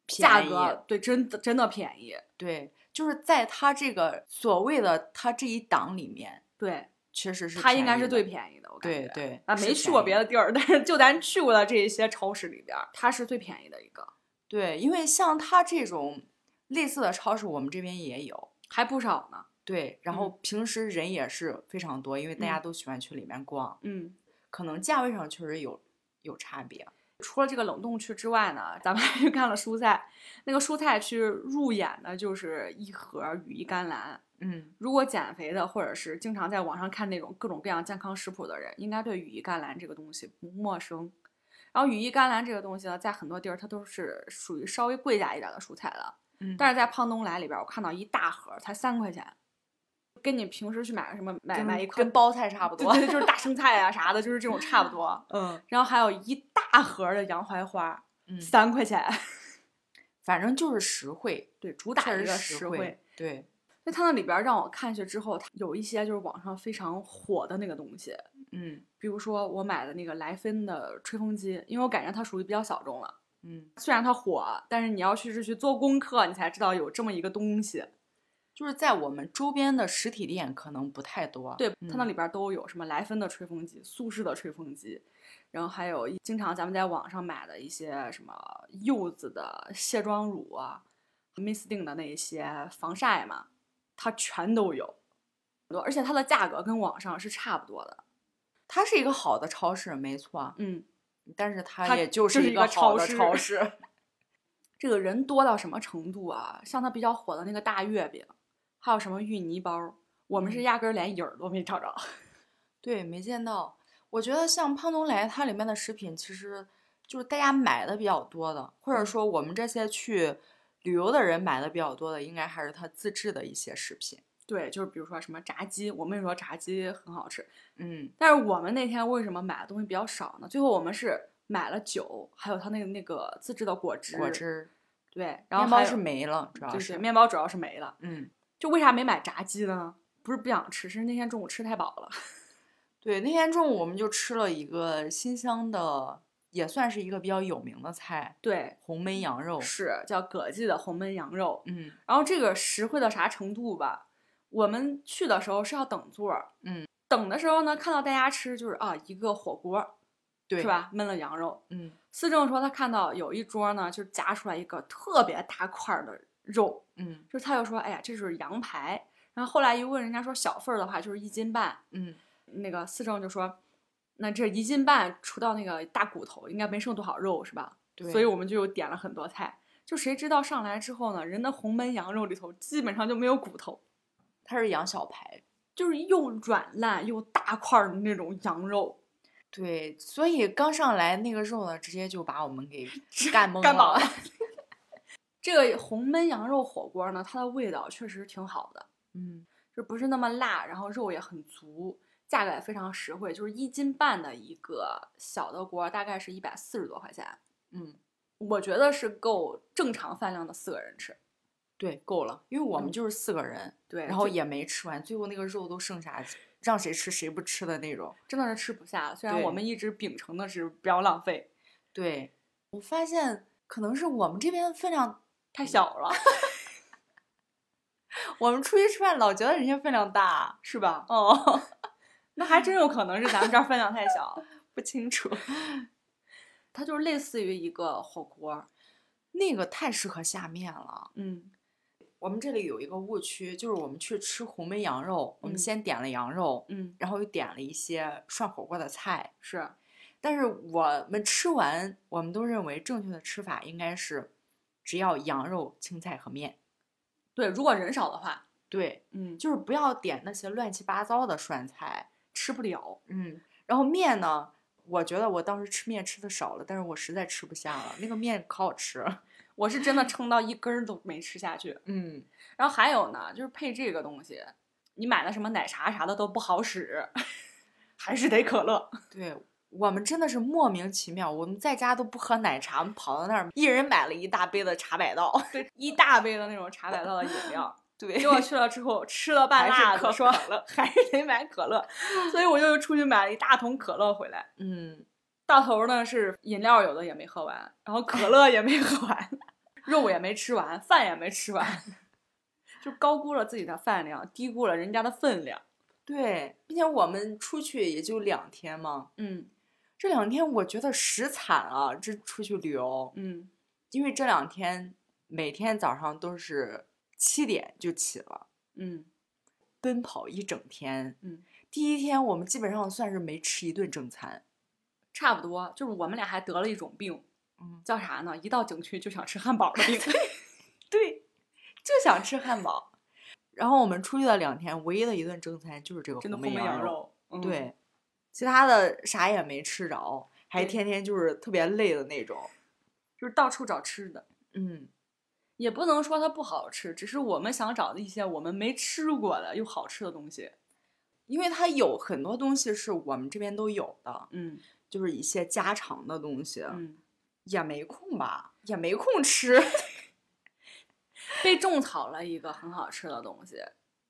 Speaker 2: 便
Speaker 1: 价
Speaker 2: 宜
Speaker 1: 格对，真的真的便宜。
Speaker 2: 对，就是在它这个所谓的它这一档里面，
Speaker 1: 对，
Speaker 2: 确实是
Speaker 1: 它应该是最
Speaker 2: 宜
Speaker 1: 便宜的，我感
Speaker 2: 对
Speaker 1: 觉。
Speaker 2: 对
Speaker 1: 啊，
Speaker 2: 是
Speaker 1: 没去
Speaker 2: 便
Speaker 1: 过
Speaker 2: 宜
Speaker 1: 别的地儿，但是就咱去过的这一些超市里边儿，它是最便宜的一个，
Speaker 2: 的对，因为像它这种类似的超市，我们这边也有。
Speaker 1: 还不少呢。
Speaker 2: 对，然后
Speaker 1: 嗯
Speaker 2: 平时人也是非常多，因为大家
Speaker 1: 嗯
Speaker 2: 都喜欢去里面逛，
Speaker 1: 嗯，
Speaker 2: 可能价位上确实有有差别。
Speaker 1: 除了这个冷冻区之外呢，咱们还去看了蔬菜。那个蔬菜区入眼的就是一盒羽衣甘蓝。
Speaker 2: 嗯，
Speaker 1: 如果减肥的，或者是经常在网上看那种各种各样健康食谱的人，应该对羽衣甘蓝这个东西不陌生。然后羽衣甘蓝这个东西呢，在很多地儿它都是属于稍微贵价一点的蔬菜了，
Speaker 2: 嗯
Speaker 1: 但是在胖东来里边，我看到一大盒才三块钱，跟你平时去买个什么买
Speaker 2: 跟
Speaker 1: 买一颗
Speaker 2: 跟包菜差不多
Speaker 1: 对。对
Speaker 2: [laughs]
Speaker 1: 对就是大生菜啊啥的，就是这种差不多。
Speaker 2: 嗯
Speaker 1: 然后还有一大盒的洋槐花，
Speaker 2: 嗯，
Speaker 1: 三块钱，
Speaker 2: 反正就是实惠，
Speaker 1: 对，主打
Speaker 2: 确
Speaker 1: 一
Speaker 2: 实
Speaker 1: 个
Speaker 2: 实
Speaker 1: 实惠。。
Speaker 2: 对，
Speaker 1: 那它那里边儿让我看去之后，它有一些就是网上非常火的那个东西，
Speaker 2: 嗯
Speaker 1: 比如说我买的那个莱芬的吹风机，因为我感觉它属于比较小众了。
Speaker 2: 嗯，
Speaker 1: 虽然它火，但是你要去是去做功课，你才知道有这么一个东西。
Speaker 2: 就是在我们周边的实体店可能不太多。
Speaker 1: 对，它那
Speaker 2: 嗯
Speaker 1: 里边儿都有什么莱芬的吹风机、苏式的吹风机，然后还有一经常咱们在网上买的一些什么柚子的卸妆乳啊、Misting 的那一些防晒嘛，它全都有，而且它的价格跟网上是差不多的。
Speaker 2: 它是一个好的超市，没错，啊
Speaker 1: 嗯，
Speaker 2: 但是它
Speaker 1: 它
Speaker 2: 也就
Speaker 1: 就是
Speaker 2: 一
Speaker 1: 一
Speaker 2: 个
Speaker 1: 个
Speaker 2: 好
Speaker 1: 超
Speaker 2: 的
Speaker 1: 市
Speaker 2: 超市。 [laughs]
Speaker 1: 这个人多到什么程度啊？像它比较火的那个大月饼，还有什么芋泥包儿，我们是
Speaker 2: 嗯
Speaker 1: 压根儿连影儿都没找着。 [laughs]
Speaker 2: 对，没见到。我觉得像胖东来，它里面的食品其实就是大家买的比较多的，或者
Speaker 1: 嗯
Speaker 2: 说我们这些去旅游的人买的比较多的，应该还是它自制的一些食品。
Speaker 1: 对，就是比如说什么炸鸡，我们也说炸鸡很好吃，
Speaker 2: 嗯
Speaker 1: 但是我们那天为什么买的东西比较少呢？最后我们是买了酒，还有它那个那个自制的果汁，
Speaker 2: 果汁，
Speaker 1: 对，然后
Speaker 2: 面包
Speaker 1: 还有
Speaker 2: 是没了，主要
Speaker 1: 对
Speaker 2: 是
Speaker 1: 对，面包主要是没了。
Speaker 2: 嗯，
Speaker 1: 就为啥没买炸鸡呢？不是不想吃，是那天中午吃太饱了。 [laughs]
Speaker 2: 对。那天中午我们就吃了一个新乡的，也算是一个比较有名的菜
Speaker 1: 对
Speaker 2: ——红焖羊肉。
Speaker 1: 嗯是叫葛记的红焖羊肉，
Speaker 2: 嗯
Speaker 1: 然后这个实惠到啥程度吧？我们去的时候是要等座，
Speaker 2: 嗯，
Speaker 1: 等的时候呢，看到大家吃就是啊一个火锅，
Speaker 2: 对
Speaker 1: 是？吧？焖了羊肉，
Speaker 2: 嗯
Speaker 1: 思政说他看到有一桌呢，就夹出来一个特别大块儿的肉，
Speaker 2: 嗯
Speaker 1: 就是他又说，哎呀，这是羊排。然后后来一问人家说小份儿的话就是一斤半，
Speaker 2: 嗯，
Speaker 1: 那个思政就说，那这一斤半除掉那个大骨头，应该没剩多少肉是吧？
Speaker 2: 对。
Speaker 1: 所以我们就点了很多菜。就谁知道上来之后呢，人的红焖羊肉里头基本上就没有骨头，
Speaker 2: 它是羊小排，
Speaker 1: 就是又软烂又大块儿的那种羊肉，
Speaker 2: 对，所以刚上来那个肉呢，直接就把我们
Speaker 1: [laughs]
Speaker 2: 给干懵
Speaker 1: 干饱
Speaker 2: 了。
Speaker 1: 了。 [laughs] 这个红焖羊肉火锅呢，它的味道确实挺好的，
Speaker 2: 嗯
Speaker 1: 就不是那么辣，然后肉也很足，价格也非常实惠，就是一斤半的一个小的锅，大概是一百四十多块钱，
Speaker 2: 嗯，
Speaker 1: 我觉得是够正常饭量的四个人吃。
Speaker 2: 对，够了，因为我
Speaker 1: 嗯
Speaker 2: 们就是四个人，
Speaker 1: 对，
Speaker 2: 然后
Speaker 1: 就
Speaker 2: 也没吃完，最后那个肉都剩下，让谁吃谁不吃的那种。
Speaker 1: 真的是吃不下了。虽然
Speaker 2: 对
Speaker 1: 我们一直秉承的是不要浪费，
Speaker 2: 对，我发现可能是我们这边分量，
Speaker 1: 太小了，
Speaker 2: 我们出去吃饭老觉得人家分量大，
Speaker 1: 是吧？
Speaker 2: 哦， [laughs]
Speaker 1: 那还真有可能是咱们这儿分量太小。
Speaker 2: 不清楚。 [laughs]
Speaker 1: 它就是类似于一个火锅，
Speaker 2: 那个太适合下面了。
Speaker 1: 嗯
Speaker 2: 我们这里有一个误区，就是我们去吃红焖羊肉，我们
Speaker 1: 嗯
Speaker 2: 先点了羊肉，
Speaker 1: 嗯，
Speaker 2: 然后又点了一些涮火锅的菜。
Speaker 1: 是
Speaker 2: 但是我们吃完，我们都认为正确的吃法应该是只要羊肉、青菜和面。
Speaker 1: 对。如果人少的话，
Speaker 2: 对，
Speaker 1: 嗯，就
Speaker 2: 就是不要点那些乱七八糟的涮菜。
Speaker 1: 吃不了。
Speaker 2: 嗯，然后面呢，我觉得我当时吃面吃的少了，但是我实在吃不下了，那个面可好吃。
Speaker 1: 我是真的撑到一根儿都没吃下去。
Speaker 2: [laughs] 嗯，
Speaker 1: 然后还有呢，就是配这个东西，你买的什么奶茶啥的都不好使，还是得可乐。
Speaker 2: 对。我们真的是莫名其妙，我们在家都不喝奶茶，我们跑到那儿一人买了一大杯的茶百道。 [laughs]
Speaker 1: 对，一大杯的那种茶百道的饮料，
Speaker 2: 对
Speaker 1: 结果去了之后吃了半
Speaker 2: 还是
Speaker 1: 拉
Speaker 2: 可
Speaker 1: 子，说还是得买可乐，所以我就出去买了一大桶可乐回来。
Speaker 2: 嗯，
Speaker 1: 到头呢是饮料有的也没喝完，然后可乐也没喝完，肉也没吃完，饭也没吃完， [laughs] 就高估了自己的饭量，低估了人家的分量。
Speaker 2: 对，并且我们出去也就两天嘛，
Speaker 1: 嗯
Speaker 2: 这两天我觉得实惨啊，这出去旅游，
Speaker 1: 嗯，
Speaker 2: 因为这两天每天早上都是七点就起了，
Speaker 1: 嗯，
Speaker 2: 奔跑一整天。
Speaker 1: 嗯，
Speaker 2: 第一天我们基本上算是没吃一顿正餐，
Speaker 1: 差不多，就是我们俩还得了一种病，
Speaker 2: 嗯，
Speaker 1: 叫啥呢？一到景区就想吃汉堡的 [laughs] 病。
Speaker 2: 对，就想吃汉堡。然后我们出去的两天，唯一的一顿正餐就是这个
Speaker 1: 真的
Speaker 2: 红焖
Speaker 1: 焖羊
Speaker 2: 肉，
Speaker 1: 肉，嗯、
Speaker 2: 对，其他的啥也没吃着，还
Speaker 1: 对
Speaker 2: 天天就是特别累的那种。
Speaker 1: 就是到处找吃的，
Speaker 2: 嗯，
Speaker 1: 也不能说它不好吃，只是我们想找的一些我们没吃过的又好吃的东西。
Speaker 2: 因为它有很多东西是我们这边都有的，
Speaker 1: 嗯
Speaker 2: 就是一些家常的东西，
Speaker 1: 嗯，
Speaker 2: 也没空吧，也没空吃。 [laughs]
Speaker 1: 被种草了一个很好吃的东西，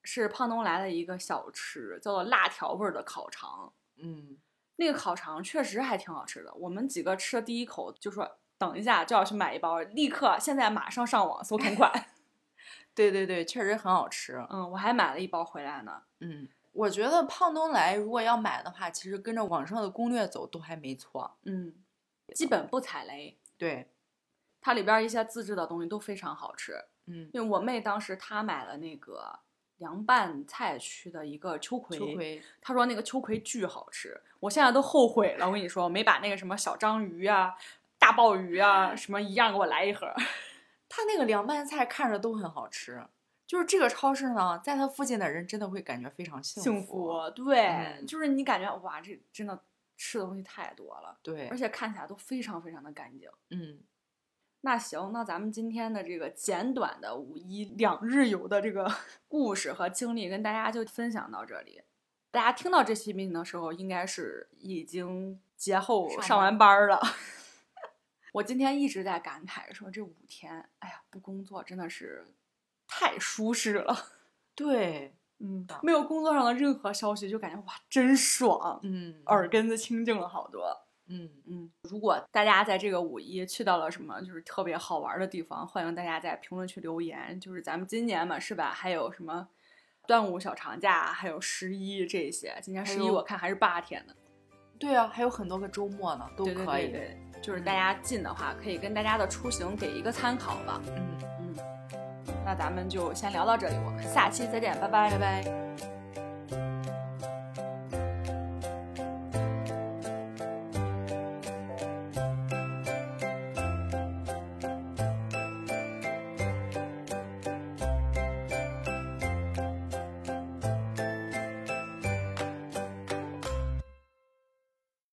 Speaker 1: 是胖东来的一个小吃，叫做辣条味儿的烤肠。
Speaker 2: 嗯，
Speaker 1: 那个烤肠确实还挺好吃的，我们几个吃了第一口就说等一下就要去买一包，立刻现在马上上网搜同 [laughs] 款。
Speaker 2: 对对对，确实很好吃。
Speaker 1: 嗯，我还买了一包回来呢。
Speaker 2: 嗯，我觉得胖东来如果要买的话，其实跟着网上的攻略走都还没错。
Speaker 1: 嗯，基本不踩雷，
Speaker 2: 对，
Speaker 1: 它里边儿一些自制的东西都非常好吃。
Speaker 2: 嗯，
Speaker 1: 因为我妹当时她买了那个凉拌菜区的一个秋葵，
Speaker 2: 秋葵，
Speaker 1: 她说那个秋葵巨好吃，我现在都后悔了。我跟你说，我没把那个什么小章鱼啊、大鲍鱼
Speaker 2: 嗯
Speaker 1: 啊什么一样给我来一盒。
Speaker 2: 它那个凉拌菜看着都很好吃。就是这个超市呢，在它附近的人真的会感觉非常幸
Speaker 1: 幸福，对，
Speaker 2: 嗯
Speaker 1: 就是你感觉哇，这真的吃的东西太多了，
Speaker 2: 对
Speaker 1: 而，且看起来都非常非常的干净。
Speaker 2: 嗯，
Speaker 1: 那行，那咱们今天的这个简短的五一两日游的这个 [laughs] 故事和经历，跟大家就分享到这里。大家听到这期音频的时候，应该是已经节后
Speaker 2: 上
Speaker 1: 上完班儿了。 [laughs] 我今天一直在感慨说，这五天，哎呀，不工作真的是太舒适了。
Speaker 2: 对，
Speaker 1: 嗯，没有工作上的任何消息，就感觉哇，真爽，
Speaker 2: 嗯，
Speaker 1: 耳根子清净了好多。
Speaker 2: 嗯，
Speaker 1: 嗯，如果大家在这个五一去到了什么就是特别好玩儿的地方，欢迎大家在评论区留言。就是咱们今年嘛，是吧？还有什么端午小长假，还有十一这些。今年
Speaker 2: 还
Speaker 1: 十一
Speaker 2: 有
Speaker 1: 我看还是八天呢，
Speaker 2: 对啊，还有很多个周末呢，都
Speaker 1: 对对
Speaker 2: 可以。嗯
Speaker 1: 对对，就是大家近的话，可以跟大家的出行给一个参考吧。
Speaker 2: 嗯，
Speaker 1: 嗯，那咱们就先聊到这里，我们下期再见，拜拜
Speaker 2: 拜拜。